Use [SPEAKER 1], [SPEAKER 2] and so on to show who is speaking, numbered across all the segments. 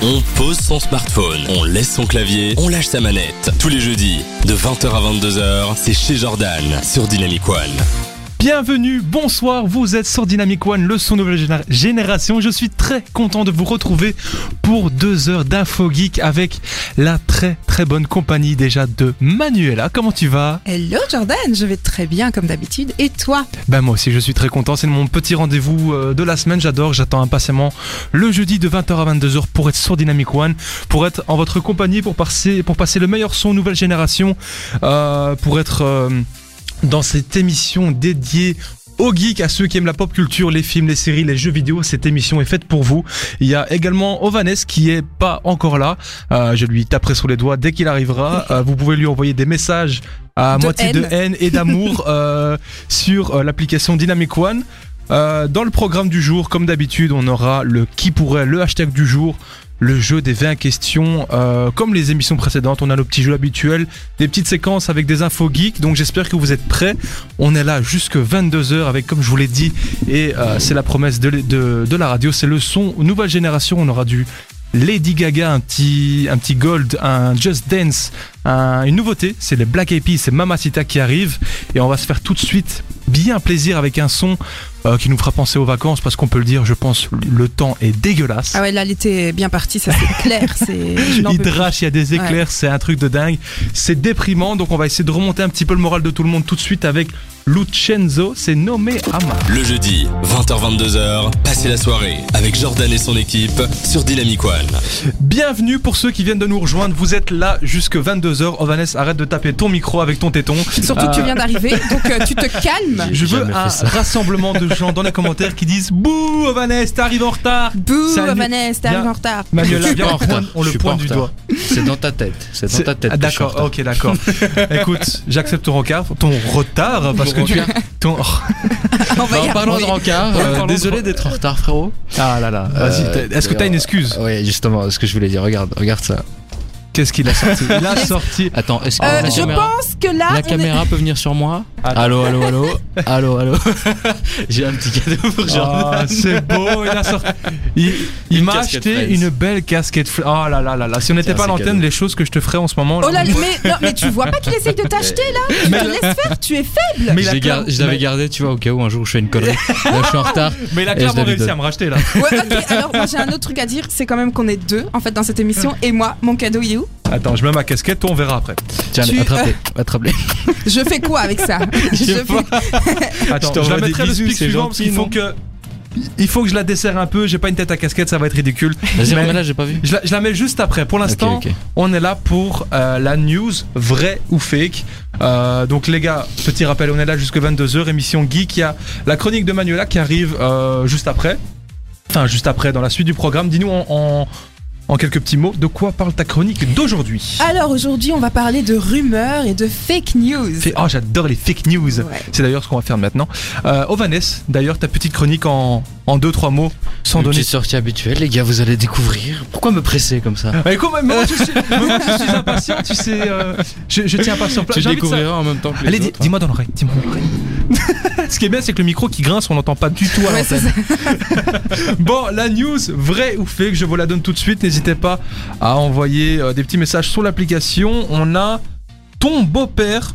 [SPEAKER 1] On pose son smartphone, on laisse son clavier, on lâche sa manette. Tous les jeudis, de 20h à 22h, c'est chez Jordan sur Dynamic One.
[SPEAKER 2] Bienvenue, bonsoir, vous êtes sur Dynamic One, le son nouvelle géné- génération. Je suis très content de vous retrouver pour deux heures d'info geek avec la très très bonne compagnie déjà de Manuela. Comment tu vas
[SPEAKER 3] Hello Jordan, je vais très bien comme d'habitude. Et toi
[SPEAKER 2] Ben moi aussi je suis très content, c'est mon petit rendez-vous euh, de la semaine, j'adore, j'attends impatiemment le jeudi de 20h à 22h pour être sur Dynamic One, pour être en votre compagnie, pour passer, pour passer le meilleur son nouvelle génération, euh, pour être euh, dans cette émission dédiée aux geeks, à ceux qui aiment la pop culture, les films, les séries, les jeux vidéo, cette émission est faite pour vous. Il y a également Ovanes qui est pas encore là. Euh, je lui taperai sur les doigts dès qu'il arrivera. Euh, vous pouvez lui envoyer des messages à
[SPEAKER 3] De
[SPEAKER 2] moitié de
[SPEAKER 3] haine.
[SPEAKER 2] haine et d'amour euh, sur euh, l'application Dynamic One. Euh, dans le programme du jour, comme d'habitude, on aura le qui pourrait, le hashtag du jour, le jeu des 20 questions. Euh, comme les émissions précédentes, on a nos petits jeux habituels, des petites séquences avec des infos geeks. Donc j'espère que vous êtes prêts. On est là jusque 22h avec, comme je vous l'ai dit, et euh, c'est la promesse de, de- de la radio, c'est le son nouvelle génération. On aura du Lady Gaga, un petit, un petit gold, un Just Dance, un- une nouveauté. C'est les Black Eyed Peas, c'est Mamacita qui arrive. Et on va se faire tout de suite bien plaisir avec un son euh, qui nous fera penser aux vacances parce qu'on peut le dire, je pense, le temps est dégueulasse.
[SPEAKER 3] Ah ouais, là l'été est bien parti, ça c'est clair. C'est... je n'en
[SPEAKER 2] Il
[SPEAKER 3] peux plus.
[SPEAKER 2] drache, il y a des éclairs, c'est un truc de dingue. C'est déprimant, donc on va essayer de remonter un petit peu le moral de tout le monde tout de suite avec Lucenzo, c'est nommé Ama.
[SPEAKER 1] Le jeudi, 20h-22h, passez la soirée avec Jordan et son équipe sur Dynamic One.
[SPEAKER 2] Bienvenue pour ceux qui viennent de nous rejoindre, vous êtes là jusque 22h. Ovanes, arrête de taper ton micro avec ton téton.
[SPEAKER 3] Surtout que tu
[SPEAKER 2] Euh,
[SPEAKER 3] viens d'arriver, donc euh, tu te calmes.
[SPEAKER 2] Je veux
[SPEAKER 4] Jamais fait
[SPEAKER 2] un
[SPEAKER 4] ça.
[SPEAKER 2] rassemblement de gens dans les commentaires qui disent Bouh, oh, Ovanes, t'arrives en retard
[SPEAKER 3] Bouh, oh,
[SPEAKER 2] Salut.
[SPEAKER 3] Vanessa, t'arrives
[SPEAKER 2] Bien.
[SPEAKER 3] en retard.
[SPEAKER 2] Manuela,
[SPEAKER 4] Je suis
[SPEAKER 2] viens,
[SPEAKER 4] pas en
[SPEAKER 2] on le
[SPEAKER 4] retard,
[SPEAKER 2] pointe- on
[SPEAKER 4] je
[SPEAKER 2] le
[SPEAKER 4] suis pas
[SPEAKER 2] pointe
[SPEAKER 4] en
[SPEAKER 2] du
[SPEAKER 4] retard.
[SPEAKER 2] doigt.
[SPEAKER 4] C'est dans ta tête. C'est dans
[SPEAKER 2] C'est-
[SPEAKER 4] ta tête.
[SPEAKER 2] Ah,
[SPEAKER 4] que je suis en
[SPEAKER 2] d'accord,
[SPEAKER 4] retard.
[SPEAKER 2] ok, d'accord. Écoute, j'accepte ton rencard, ton retard, parce que
[SPEAKER 4] Mon
[SPEAKER 2] tu. Ton...
[SPEAKER 3] On va
[SPEAKER 4] Bah,
[SPEAKER 3] y
[SPEAKER 4] en parlant de
[SPEAKER 3] arriver.
[SPEAKER 4] rencard, euh,
[SPEAKER 2] Parlons de
[SPEAKER 4] désolé
[SPEAKER 2] ren-
[SPEAKER 4] d'être en retard, frérot.
[SPEAKER 2] Ah là là, vas-y,
[SPEAKER 4] Euh,
[SPEAKER 2] t'as- est-ce que t'as une excuse
[SPEAKER 4] Ouais, justement, ce que je voulais dire. Regarde, regarde ça.
[SPEAKER 2] Qu'est-ce qu'il a sorti Il a sorti.
[SPEAKER 4] Attends, est-ce que
[SPEAKER 3] Euh,
[SPEAKER 4] la
[SPEAKER 3] je
[SPEAKER 4] caméra,
[SPEAKER 3] pense que là, on
[SPEAKER 4] la
[SPEAKER 3] est-
[SPEAKER 4] caméra peut venir sur moi
[SPEAKER 2] Attends.
[SPEAKER 4] Allô, allô, allô, allô, allô. J'ai un petit cadeau pour Jordan.
[SPEAKER 2] Ah, c'est beau, il a sorti. Il, il
[SPEAKER 4] Une
[SPEAKER 2] m'a
[SPEAKER 4] casquette
[SPEAKER 2] acheté
[SPEAKER 4] Friends.
[SPEAKER 2] une belle casquette. Fl- Oh là là là là, si on n'était
[SPEAKER 4] Tiens,
[SPEAKER 2] pas à
[SPEAKER 4] c'est
[SPEAKER 2] l'antenne,
[SPEAKER 4] cadeau.
[SPEAKER 2] les choses que je te ferais en ce moment. là,
[SPEAKER 3] Oh là, mais, non, mais tu vois pas qu'il essaye de t'acheter là Tu
[SPEAKER 2] Mais-
[SPEAKER 3] te laisses faire, tu es fait.
[SPEAKER 2] mais il
[SPEAKER 4] je
[SPEAKER 2] a
[SPEAKER 4] l'ai gar-
[SPEAKER 2] clairement-
[SPEAKER 4] je l'avais
[SPEAKER 2] mais-
[SPEAKER 4] gardé, tu vois, au cas où un jour je fais une connerie. Là, je suis en retard.
[SPEAKER 2] mais il a
[SPEAKER 4] Et je
[SPEAKER 2] clairement
[SPEAKER 4] l'avais
[SPEAKER 2] réussi
[SPEAKER 4] donné.
[SPEAKER 2] à me racheter là.
[SPEAKER 3] Ouais, ok, alors moi j'ai un autre truc à dire, c'est quand même qu'on est deux en fait dans cette émission et moi, mon cadeau il est où
[SPEAKER 2] Attends, je mets ma casquette, toi on verra après.
[SPEAKER 4] Tiens,
[SPEAKER 3] Tu-
[SPEAKER 4] allez, attrape-les. attrape-les.
[SPEAKER 3] Je fais quoi avec ça Je fais-
[SPEAKER 4] sais pas.
[SPEAKER 2] Attends,
[SPEAKER 4] Je
[SPEAKER 2] je,
[SPEAKER 4] t'envoie
[SPEAKER 2] la
[SPEAKER 4] des
[SPEAKER 2] mettrai le
[SPEAKER 4] bisous,
[SPEAKER 2] speak
[SPEAKER 4] c'est
[SPEAKER 2] suivant parce
[SPEAKER 4] gentil,
[SPEAKER 2] qu'il faut
[SPEAKER 4] non
[SPEAKER 2] que. Il faut que je la desserre un peu, j'ai pas une tête à casquette, ça va être ridicule.
[SPEAKER 4] Vas-y,
[SPEAKER 2] Mais-
[SPEAKER 4] remets là, j'ai pas vu.
[SPEAKER 2] Je la, je la mets juste après. Pour l'instant,
[SPEAKER 4] Ok, ok.
[SPEAKER 2] on est là pour euh, la news vraie ou fake. Euh, donc les gars, petit rappel, on est là jusque 22h, émission geek. Il y a la chronique de Manuela qui arrive euh, juste après. Enfin, juste après, dans la suite du programme. Dis-nous en, en- en quelques petits mots de quoi parle ta chronique d'aujourd'hui.
[SPEAKER 3] Alors aujourd'hui, on va parler de rumeurs et de fake news.
[SPEAKER 2] Fait- Oh, j'adore les fake news.
[SPEAKER 3] Ouais.
[SPEAKER 2] C'est d'ailleurs ce qu'on va faire maintenant. Euh, Ovanes, d'ailleurs, ta petite chronique en, en deux, trois mots, sans
[SPEAKER 4] Une
[SPEAKER 2] donner.
[SPEAKER 4] petite sortie habituelle, les gars, vous allez découvrir. Pourquoi me presser comme ça
[SPEAKER 2] Eh, Mais quand même, moi, je suis, moi, je suis impatient, tu sais. euh, je, je tiens pas sur place.
[SPEAKER 4] Tu découvriras en même temps que les
[SPEAKER 2] Allez, dis-
[SPEAKER 4] autres. hein.
[SPEAKER 2] dis-moi dans l'oreille, dis-moi dans l'oreille. Ce qui est bien, c'est que le micro qui grince, on n'entend pas du tout à
[SPEAKER 3] Ouais, c'est
[SPEAKER 2] l'antenne. Bon, la news, vrai ou fake, je vous la donne tout de suite. N'hésitez pas à envoyer euh, des petits messages sur l'application. On a ton beau-père.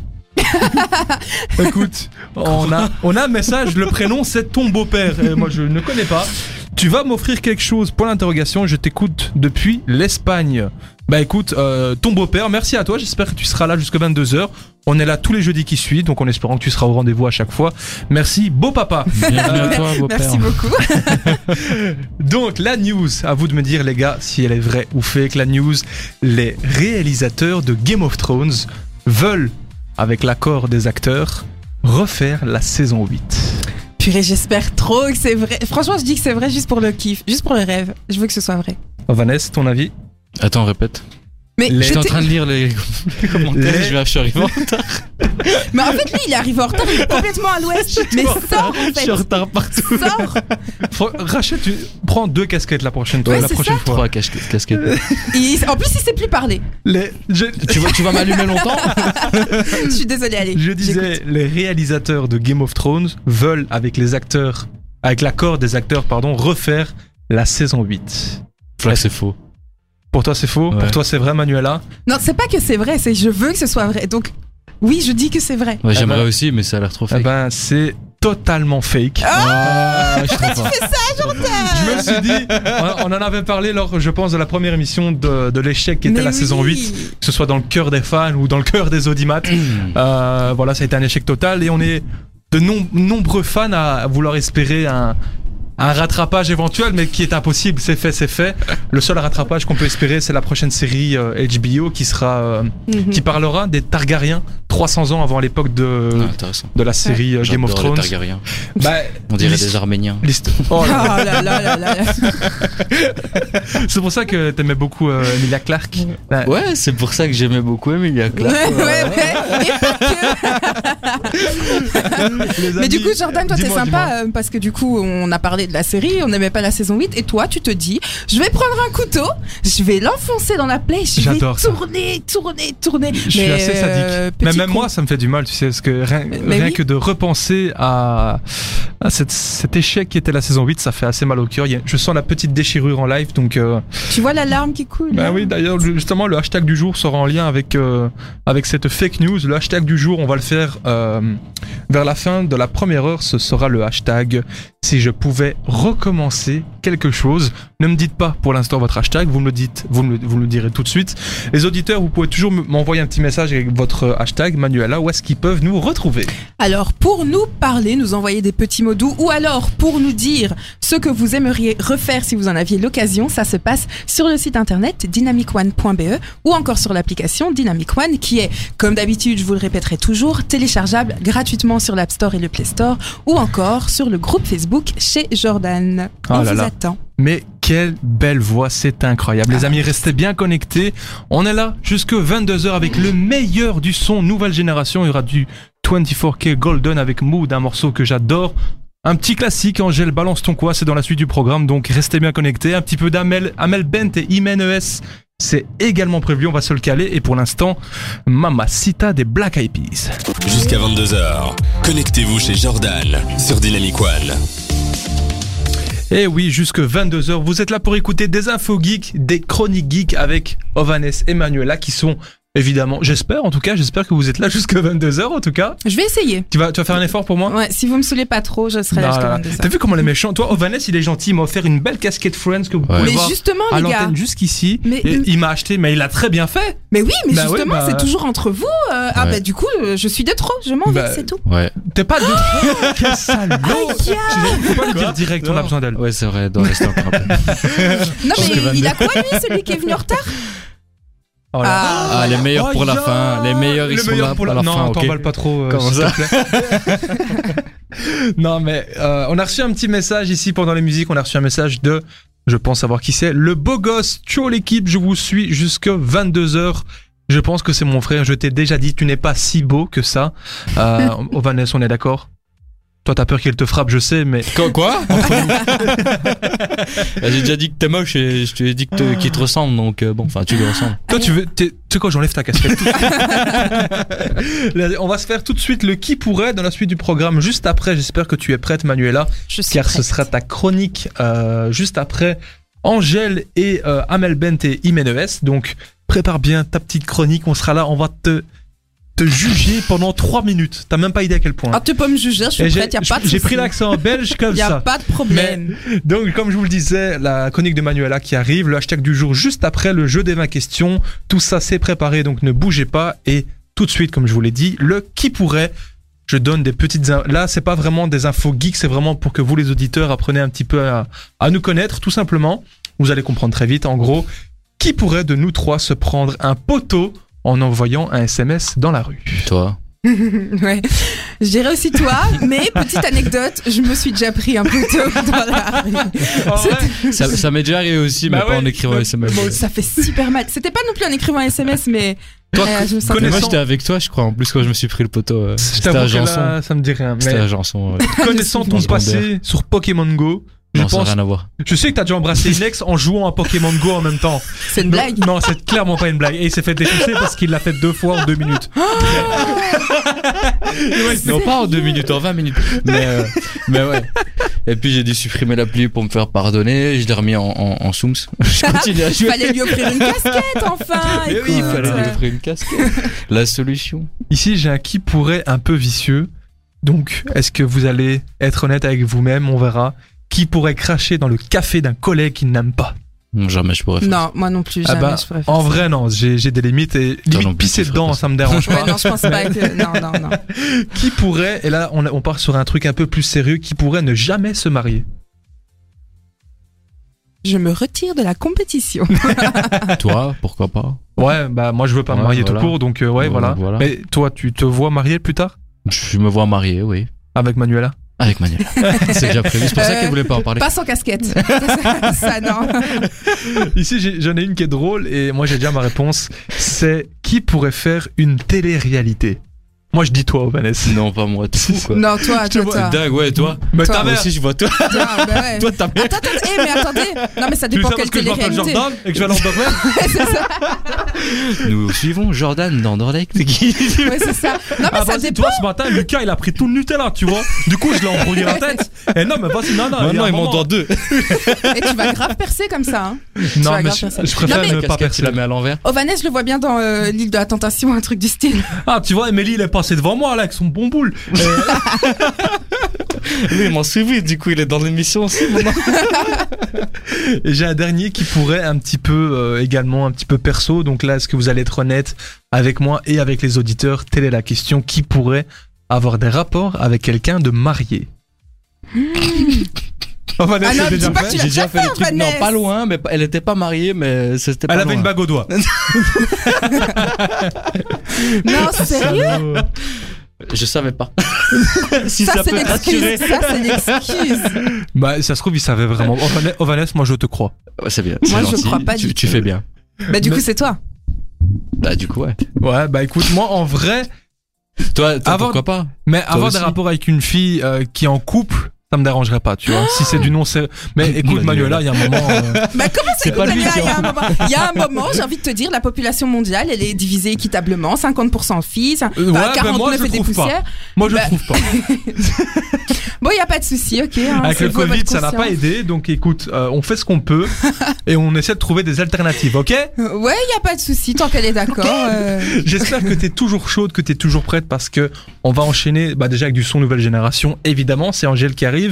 [SPEAKER 2] Écoute, on a, on a un message, le prénom c'est ton beau-père. Et moi, je ne connais pas. Tu vas m'offrir quelque chose Point l'interrogation, je t'écoute depuis l'Espagne. Bah écoute, euh, ton beau-père, merci à toi, j'espère que tu seras là jusqu'à 22h. On est là tous les jeudis qui suivent, donc en espérant que tu seras au rendez-vous à chaque fois. Merci, beau papa.
[SPEAKER 4] Bienvenue à toi, beau-père.
[SPEAKER 3] Merci beaucoup.
[SPEAKER 2] Donc la news, à vous de me dire les gars si elle est vraie ou fake la news. Les réalisateurs de Game of Thrones veulent, avec l'accord des acteurs, refaire la saison 8.
[SPEAKER 3] Purée, j'espère trop que c'est vrai. Franchement, je dis que c'est vrai juste pour le kiff, juste pour le rêve. Je veux que ce soit vrai.
[SPEAKER 2] Vanessa, ton avis
[SPEAKER 4] Attends, répète.
[SPEAKER 3] Mais,
[SPEAKER 2] Les-
[SPEAKER 3] je
[SPEAKER 4] J'étais en
[SPEAKER 3] t'ai-
[SPEAKER 4] train de lire les les commentaires,
[SPEAKER 2] Les-
[SPEAKER 4] je vais- je suis arrivé en
[SPEAKER 3] mais en fait, lui, il arrive en retard, il est complètement à l'ouest. Mais sors, en fait.
[SPEAKER 4] retard partout.
[SPEAKER 3] Sors.
[SPEAKER 2] Faut- Rachel, tu prends deux casquettes la prochaine,
[SPEAKER 3] Ouais,
[SPEAKER 2] la
[SPEAKER 3] c'est
[SPEAKER 2] prochaine fois.
[SPEAKER 4] Trois casquettes. casquettes.
[SPEAKER 3] Il- En plus, il sait plus parler.
[SPEAKER 2] Les- je,
[SPEAKER 4] tu, vas, tu vas m'allumer longtemps
[SPEAKER 3] Je suis désolée, allez.
[SPEAKER 2] je
[SPEAKER 3] j'écoute.
[SPEAKER 2] disais, les réalisateurs de Game of Thrones veulent, avec les acteurs, avec l'accord des acteurs, pardon, refaire la saison 8.
[SPEAKER 4] Flac, c'est faux.
[SPEAKER 2] Pour toi, c'est faux.
[SPEAKER 4] Ouais.
[SPEAKER 2] Pour toi, c'est vrai, Manuela.
[SPEAKER 3] Non, c'est pas que c'est vrai, c'est je veux que ce soit vrai. Donc, oui, je dis que c'est vrai.
[SPEAKER 4] Ouais, J'aimerais
[SPEAKER 2] ben-
[SPEAKER 4] aussi, mais ça a l'air trop
[SPEAKER 2] Eh
[SPEAKER 4] fake.
[SPEAKER 2] ben, c'est totalement fake.
[SPEAKER 4] Ah, je suis trop fort.
[SPEAKER 2] Je me suis dit, on, on en avait parlé lors, je pense, de la première émission de, de l'échec qui était
[SPEAKER 3] Mais
[SPEAKER 2] la
[SPEAKER 3] oui.
[SPEAKER 2] saison 8, que ce soit dans le cœur des fans ou dans le cœur des audimates. Euh, voilà, ça a été un échec total et on est de nom- nombreux fans à vouloir espérer un, un rattrapage éventuel, mais qui est impossible. C'est fait, c'est fait. Le seul rattrapage qu'on peut espérer, c'est la prochaine série euh, HBO qui sera, euh,
[SPEAKER 3] Mhm.
[SPEAKER 2] qui parlera des Targaryens 300 ans avant l'époque de,
[SPEAKER 4] Ah, intéressant.
[SPEAKER 2] de la série euh, Game of
[SPEAKER 4] J'adore les
[SPEAKER 2] Thrones.
[SPEAKER 4] Targaryens.
[SPEAKER 2] Bah,
[SPEAKER 4] On dirait
[SPEAKER 2] l'hist-
[SPEAKER 4] des Arméniens.
[SPEAKER 2] l'hist- Oh là là.
[SPEAKER 3] Ah là là là là là.
[SPEAKER 2] c'est pour ça que t'aimais beaucoup euh, Emilia Clarke. Bah,
[SPEAKER 4] Ouais, c'est pour ça que j'aimais beaucoup Emilia Clarke.
[SPEAKER 3] Ouais, ouais, ouais. Et pas que.
[SPEAKER 2] les
[SPEAKER 3] Mais
[SPEAKER 2] amis,
[SPEAKER 3] du coup, Jordan, toi, t'es
[SPEAKER 2] dis-moi, dis-moi.
[SPEAKER 3] sympa euh, parce que du coup, on a parlé de la série, on n'aimait pas la saison 8, et toi, tu te dis, je vais prendre un couteau, je vais l'enfoncer dans la plaie, je vais
[SPEAKER 2] J'adore ça.
[SPEAKER 3] tourner, tourner, tourner.
[SPEAKER 2] Je suis assez sadique. Mais même moi, ça me fait du mal, tu sais, parce que rien,
[SPEAKER 3] euh, Mais
[SPEAKER 2] rien
[SPEAKER 3] oui.
[SPEAKER 2] que de repenser à, à cette- cet échec qui était la saison 8, ça fait assez mal au cœur. Il y a- Je sens la petite déchirure en live, donc. euh,
[SPEAKER 3] Tu vois la larme qui coule.
[SPEAKER 2] Bah
[SPEAKER 3] là
[SPEAKER 2] oui, d'ailleurs, justement, le hashtag du jour sera en lien avec, euh, avec cette fake news. Le hashtag du jour, on va le faire euh, vers la fin de la première heure. Ce sera le hashtag si je pouvais recommencer quelque chose. Ne me dites pas pour l'instant votre hashtag, vous me le dites, vous me, le- vous me le direz tout de suite. Les auditeurs, vous pouvez toujours m- m'envoyer un petit message avec votre hashtag Manuela. Où est-ce qu'ils peuvent nous retrouver
[SPEAKER 3] Alors, pour nous parler, nous envoyer des petits mots doux, ou alors pour nous dire ce que vous aimeriez refaire si vous en aviez l'occasion, ça se passe sur le site internet dynamicone.be E ou encore sur l'application Dynamic One qui est, comme d'habitude, je vous le répéterai toujours, téléchargeable gratuitement sur l'App Store et le Play Store ou encore sur le groupe Facebook chez Jordan.
[SPEAKER 2] Ah
[SPEAKER 3] On
[SPEAKER 2] là
[SPEAKER 3] vous
[SPEAKER 2] là.
[SPEAKER 3] attend.
[SPEAKER 2] Mais quelle belle voix, c'est incroyable. Les amis, restez bien connectés. On est là jusque 22h avec le meilleur du son nouvelle génération. Il y aura du 24K Golden avec Mood, un morceau que j'adore. Un petit classique, Angèle, balance ton quoi, c'est dans la suite du programme, donc restez bien connectés. Un petit peu d'Amel, Amel Bent et Imen ES, c'est également prévu, on va se le caler. Et pour l'instant, Mamacita des Black Eyed Peas.
[SPEAKER 1] Jusqu'à 22h, connectez-vous chez Jordan sur Dynamic One.
[SPEAKER 2] Et Eh oui, jusque 22h, vous êtes là pour écouter des infos geeks, des chroniques geeks avec Ovanes et Manuela qui sont évidemment, j'espère en tout cas, j'espère que vous êtes là jusque 22h en tout cas.
[SPEAKER 3] Je vais essayer.
[SPEAKER 2] Tu vas, tu vas faire un effort pour moi
[SPEAKER 3] Ouais, si vous me saoulez pas trop, je serai là
[SPEAKER 2] Non,
[SPEAKER 3] jusqu'à
[SPEAKER 2] là, là.
[SPEAKER 3] 22.
[SPEAKER 2] T'as vu comment les méchants Toi, Ovanes, il est gentil, il m'a offert une belle casquette Friends que vous pouvez
[SPEAKER 3] Mais
[SPEAKER 2] voir
[SPEAKER 3] justement,
[SPEAKER 2] à
[SPEAKER 3] les gars.
[SPEAKER 2] l'antenne jusqu'ici.
[SPEAKER 3] Mais-
[SPEAKER 2] Et Il m'a acheté, mais il a très bien fait.
[SPEAKER 3] Mais oui, mais
[SPEAKER 2] Bah oui,
[SPEAKER 3] justement,
[SPEAKER 2] bah-
[SPEAKER 3] c'est toujours entre vous. euh, Ah
[SPEAKER 4] Ouais.
[SPEAKER 3] bah du coup, euh, je suis de trop, je m'en
[SPEAKER 2] Bah,
[SPEAKER 3] vais, c'est tout.
[SPEAKER 4] Ouais.
[SPEAKER 2] T'es pas de Quel salaud Tu sais, Faut pas le dire direct, on a
[SPEAKER 4] Non.
[SPEAKER 2] besoin d'elle.
[SPEAKER 4] Ouais, c'est vrai, dans rester encore un peu.
[SPEAKER 3] Non
[SPEAKER 4] Parce
[SPEAKER 3] mais
[SPEAKER 4] que Van
[SPEAKER 3] il a quoi lui, celui qui est venu en retard
[SPEAKER 2] Oh là.
[SPEAKER 4] Ah, les meilleurs pour la
[SPEAKER 2] Oh,
[SPEAKER 4] fin. Les
[SPEAKER 2] yeah
[SPEAKER 4] meilleurs, ils
[SPEAKER 2] Le
[SPEAKER 4] sont
[SPEAKER 2] meilleur
[SPEAKER 4] là
[SPEAKER 2] pour la-
[SPEAKER 4] à la
[SPEAKER 2] non,
[SPEAKER 4] fin. ok.
[SPEAKER 2] t'emballes pas trop. euh,
[SPEAKER 4] Comment
[SPEAKER 2] s'il te
[SPEAKER 4] ça
[SPEAKER 2] plaît. Non, mais euh, on a reçu un petit message ici pendant les musiques. On a reçu un message de, je pense savoir qui c'est, le beau gosse. Tcho l'équipe, je vous suis jusque 22h. Je pense que c'est mon frère. Je t'ai déjà dit, tu n'es pas si beau que ça. Euh, Ovanes, on est d'accord Toi, t'as peur qu'il te frappe, je sais, mais.
[SPEAKER 4] Quoi, Bah, J'ai déjà dit que t'es moche et je t'ai dit que te- qu'il te ressemble, donc euh, bon, enfin tu lui ressembles.
[SPEAKER 2] Toi, tu veux. t'es- Tu sais quoi, j'enlève ta casquette. Là, on va se faire tout de suite le qui pourrait dans la suite du programme juste après. J'espère que tu es prête, Manuela,
[SPEAKER 3] Je suis
[SPEAKER 2] car ce
[SPEAKER 3] prête.
[SPEAKER 2] sera ta chronique euh, juste après Angèle et euh, Amel Bent et Imenes. Donc, prépare bien ta petite chronique. On sera là. On va te, te juger pendant 3 minutes. T'as même pas idée à quel point.
[SPEAKER 3] Ah tu peux me juger, je
[SPEAKER 2] Et
[SPEAKER 3] suis
[SPEAKER 2] j'ai-
[SPEAKER 3] prête, y a pas de
[SPEAKER 2] J'ai
[SPEAKER 3] souci.
[SPEAKER 2] pris l'accent belge comme
[SPEAKER 3] Y a
[SPEAKER 2] ça.
[SPEAKER 3] pas de problème.
[SPEAKER 2] Donc, comme je vous le disais, la chronique de Manuela qui arrive, le hashtag du jour juste après le jeu des 20 questions. Tout ça, c'est préparé, donc ne bougez pas. Et tout de suite, comme je vous l'ai dit, le qui pourrait. Je donne des petites. in- Là, c'est pas vraiment des infos geeks, c'est vraiment pour que vous, les auditeurs, appreniez un petit peu à, à nous connaître, tout simplement. Vous allez comprendre très vite. En gros, qui pourrait de nous trois se prendre un poteau en envoyant un SMS dans la rue
[SPEAKER 4] Toi
[SPEAKER 3] ouais. Je dirais aussi toi, mais petite anecdote, je me suis déjà pris un poteau dans la rue.
[SPEAKER 2] Ah
[SPEAKER 4] Ça, ça m'est déjà arrivé aussi, mais
[SPEAKER 2] Bah
[SPEAKER 4] pas
[SPEAKER 2] ouais,
[SPEAKER 4] en écrivant
[SPEAKER 2] mais-
[SPEAKER 4] un SMS.
[SPEAKER 2] moi aussi.
[SPEAKER 3] Ça fait super mal. C'était pas non plus en écrivant un SMS, mais
[SPEAKER 2] Toi,
[SPEAKER 3] euh, je me sentais-
[SPEAKER 4] Mais moi
[SPEAKER 2] connaissant-
[SPEAKER 4] j'étais avec toi, je crois, en plus quand je me suis pris le poteau. euh,
[SPEAKER 2] Je
[SPEAKER 4] C'était
[SPEAKER 2] t'avoue
[SPEAKER 4] à
[SPEAKER 2] que
[SPEAKER 4] Janson.
[SPEAKER 2] là, ça me dit rien.
[SPEAKER 4] C'était
[SPEAKER 2] Mais
[SPEAKER 4] à Janson. ouais.
[SPEAKER 2] connaissant ton
[SPEAKER 4] Secondaire.
[SPEAKER 2] passé sur Pokémon Go, je
[SPEAKER 4] Non, ça n'a
[SPEAKER 2] pense
[SPEAKER 4] rien à voir.
[SPEAKER 2] Je sais que t'as dû embrasser une ex en jouant à Pokémon Go en même temps.
[SPEAKER 3] c'est une
[SPEAKER 2] Non,
[SPEAKER 3] blague.
[SPEAKER 2] Non, c'est clairement pas une blague. Et il s'est fait défoncer parce qu'il l'a fait deux fois en deux minutes.
[SPEAKER 4] Non, pas en deux minutes, en 20 minutes. Mais, euh, mais ouais. Et puis j'ai dû supprimer l'appli pour me faire pardonner. Je l'ai remis en, en, en Sooms. Je continue à jouer.
[SPEAKER 3] Fallait lui offrir une casquette, enfin
[SPEAKER 4] Mais oui, il
[SPEAKER 3] écoute.
[SPEAKER 4] fallait lui offrir une casquette. La solution.
[SPEAKER 2] Ici, j'ai un qui pourrait un peu vicieux. Donc, est-ce que vous allez être honnête avec vous-même On verra. Qui pourrait cracher dans le café d'un collègue qu'il n'aime pas
[SPEAKER 4] Non, Jamais je pourrais faire.
[SPEAKER 3] Non, moi non plus,
[SPEAKER 2] Ah
[SPEAKER 3] jamais
[SPEAKER 2] bah,
[SPEAKER 3] je pourrais faire
[SPEAKER 2] En
[SPEAKER 3] ça.
[SPEAKER 2] vrai, non, j'ai j'ai des limites et
[SPEAKER 4] non
[SPEAKER 2] limite
[SPEAKER 4] plus,
[SPEAKER 2] pisser
[SPEAKER 4] tu ferais
[SPEAKER 2] dedans,
[SPEAKER 4] pas
[SPEAKER 2] ça me dérange pas.
[SPEAKER 3] Ouais, non, je pense pas que. Non, non, non.
[SPEAKER 2] qui pourrait, et là on, on part sur un truc un peu plus sérieux, qui pourrait ne jamais se marier
[SPEAKER 3] Je me retire de la compétition.
[SPEAKER 4] Toi, pourquoi pas
[SPEAKER 2] Ouais, bah moi je veux pas me
[SPEAKER 4] Ouais,
[SPEAKER 2] marier
[SPEAKER 4] voilà.
[SPEAKER 2] tout court, donc euh, ouais,
[SPEAKER 4] Ouais,
[SPEAKER 2] voilà.
[SPEAKER 4] voilà.
[SPEAKER 2] Mais toi, tu te vois marié plus tard
[SPEAKER 4] Je me vois marié, oui.
[SPEAKER 2] Avec Manuela
[SPEAKER 4] Avec Mania. C'est déjà prévu. C'est pour
[SPEAKER 3] Euh.
[SPEAKER 4] ça qu'elle voulait pas en parler.
[SPEAKER 3] Pas sans casquette. ça, ça, non.
[SPEAKER 2] Ici, j'ai- j'en ai une qui est drôle et moi j'ai déjà ma réponse. C'est qui pourrait faire une télé-réalité Moi je dis toi, Vanessa.
[SPEAKER 4] Non, pas moi. Tout, quoi.
[SPEAKER 3] Non, toi,
[SPEAKER 2] te
[SPEAKER 3] toi,
[SPEAKER 2] vois
[SPEAKER 3] toi. Ah,
[SPEAKER 4] Dingue, ouais, toi.
[SPEAKER 2] Mais
[SPEAKER 3] Toi.
[SPEAKER 2] ta
[SPEAKER 4] Moi
[SPEAKER 2] mère
[SPEAKER 4] aussi, je vois toi.
[SPEAKER 3] Tiens, bah ouais.
[SPEAKER 4] Toi, ta mère.
[SPEAKER 3] Attends, attends, eh, mais attendez. Non, mais ça
[SPEAKER 2] tu veux
[SPEAKER 3] dépend
[SPEAKER 2] savoir
[SPEAKER 3] quelle
[SPEAKER 2] que je m'appelle
[SPEAKER 3] télé-réalité. Ah,
[SPEAKER 2] Jordan et que je vais à l'Andorre
[SPEAKER 3] c'est ça.
[SPEAKER 4] Nous suivons Jordan d'Anderlecht.
[SPEAKER 3] Ouais, c'est ça. Non, mais
[SPEAKER 2] Ah
[SPEAKER 3] ça
[SPEAKER 2] vas-y,
[SPEAKER 3] dépend.
[SPEAKER 2] toi ce matin, Lucas il a pris tout le Nutella, tu vois. Du coup, je l'ai embrouillé la tête. Et non, mais vas-y, non, non, il y a
[SPEAKER 4] Maintenant,
[SPEAKER 2] un
[SPEAKER 4] il
[SPEAKER 2] moment-
[SPEAKER 4] m'entend deux.
[SPEAKER 3] Et tu vas grave percer comme ça. Hein.
[SPEAKER 2] Non,
[SPEAKER 3] vas
[SPEAKER 2] mais
[SPEAKER 3] grave
[SPEAKER 2] je,
[SPEAKER 3] faire ça.
[SPEAKER 2] je préfère
[SPEAKER 3] Non, mais-
[SPEAKER 2] ne pas
[SPEAKER 4] Casquette, tu
[SPEAKER 2] percer
[SPEAKER 4] la mets à l'envers.
[SPEAKER 3] Ovanès, je le vois bien dans euh, l'île de la tentation, un truc du style.
[SPEAKER 2] Ah, tu vois, Emily, il est passé devant moi, là, avec son bon boule. Euh,
[SPEAKER 4] Oui, il m'en suivi. Du coup, il est dans l'émission aussi maintenant.
[SPEAKER 3] Ah
[SPEAKER 2] et j'ai un dernier qui pourrait un petit peu euh, également, un petit peu perso. Donc là, est-ce que vous allez être honnête avec moi et avec les auditeurs Telle est la question. Qui pourrait avoir des rapports avec quelqu'un de marié Hmm. Oh, Vanessa,
[SPEAKER 3] Ah non,
[SPEAKER 2] c'est
[SPEAKER 3] dis
[SPEAKER 2] déjà
[SPEAKER 3] pas
[SPEAKER 2] fait.
[SPEAKER 3] que tu l'as
[SPEAKER 4] J'ai déjà
[SPEAKER 3] déjà
[SPEAKER 4] fait
[SPEAKER 3] fait,
[SPEAKER 4] des trucs. Non,
[SPEAKER 3] Vanessa.
[SPEAKER 4] pas loin, mais pas- elle était pas mariée, mais c'était pas
[SPEAKER 2] Elle avait
[SPEAKER 4] loin.
[SPEAKER 2] une bague au doigt.
[SPEAKER 3] Non, sérieux
[SPEAKER 4] Je savais pas. si
[SPEAKER 3] Ça,
[SPEAKER 4] ça,
[SPEAKER 3] c'est
[SPEAKER 4] peut
[SPEAKER 3] l'excuse.
[SPEAKER 4] t'assurer.
[SPEAKER 3] Ça, c'est l'excuse.
[SPEAKER 2] Bah, ça se trouve, il savait vraiment. Oh, Vanessa- oh, Vanessa, moi, je te crois.
[SPEAKER 4] Ouais, c'est bien.
[SPEAKER 3] Moi,
[SPEAKER 4] c'est
[SPEAKER 3] je
[SPEAKER 4] gentil.
[SPEAKER 3] crois pas du
[SPEAKER 4] Tu, tu fais bien.
[SPEAKER 3] Bah, du
[SPEAKER 2] Mais-
[SPEAKER 3] coup, c'est toi.
[SPEAKER 4] Bah, du coup, ouais.
[SPEAKER 2] Ouais, bah, écoute, moi, en vrai,
[SPEAKER 4] Toi, toi,
[SPEAKER 2] Avant-
[SPEAKER 4] pourquoi pas
[SPEAKER 2] Mais avoir
[SPEAKER 4] aussi.
[SPEAKER 2] des rapports avec une fille euh, qui est en couple, ça me dérangerait pas, tu vois. si c'est du non c'est Mais écoute, Manuela, Ah, il y a un moment. euh,
[SPEAKER 3] Bah, comment c'est
[SPEAKER 4] C'est pas
[SPEAKER 3] que
[SPEAKER 4] lui
[SPEAKER 3] Daniel,
[SPEAKER 4] qui
[SPEAKER 3] il y a un moment Il y a un moment, j'ai envie de te dire, la population mondiale, elle est divisée équitablement 50% filles,
[SPEAKER 2] Euh, ouais,
[SPEAKER 3] enfin,
[SPEAKER 2] bah, moi,
[SPEAKER 3] 49
[SPEAKER 2] je
[SPEAKER 3] et des
[SPEAKER 2] trouve pas.
[SPEAKER 3] poussières.
[SPEAKER 2] moi, je
[SPEAKER 3] Bah,
[SPEAKER 2] trouve pas.
[SPEAKER 3] Bon, il n'y a pas de souci, ok. hein,
[SPEAKER 2] Avec
[SPEAKER 3] c'est
[SPEAKER 2] le
[SPEAKER 3] vous,
[SPEAKER 2] Covid,
[SPEAKER 3] votre
[SPEAKER 2] ça n'a pas
[SPEAKER 3] conscience.
[SPEAKER 2] aidé. Donc, écoute, euh, on fait ce qu'on peut et on essaie de trouver des alternatives, ok
[SPEAKER 3] Ouais, il n'y a pas de souci, tant qu'elle est d'accord. euh,
[SPEAKER 2] J'espère que t'es toujours chaude, que t'es toujours prête parce que on va enchaîner bah, déjà avec du son nouvelle génération. Évidemment, c'est Angèle qui arrive.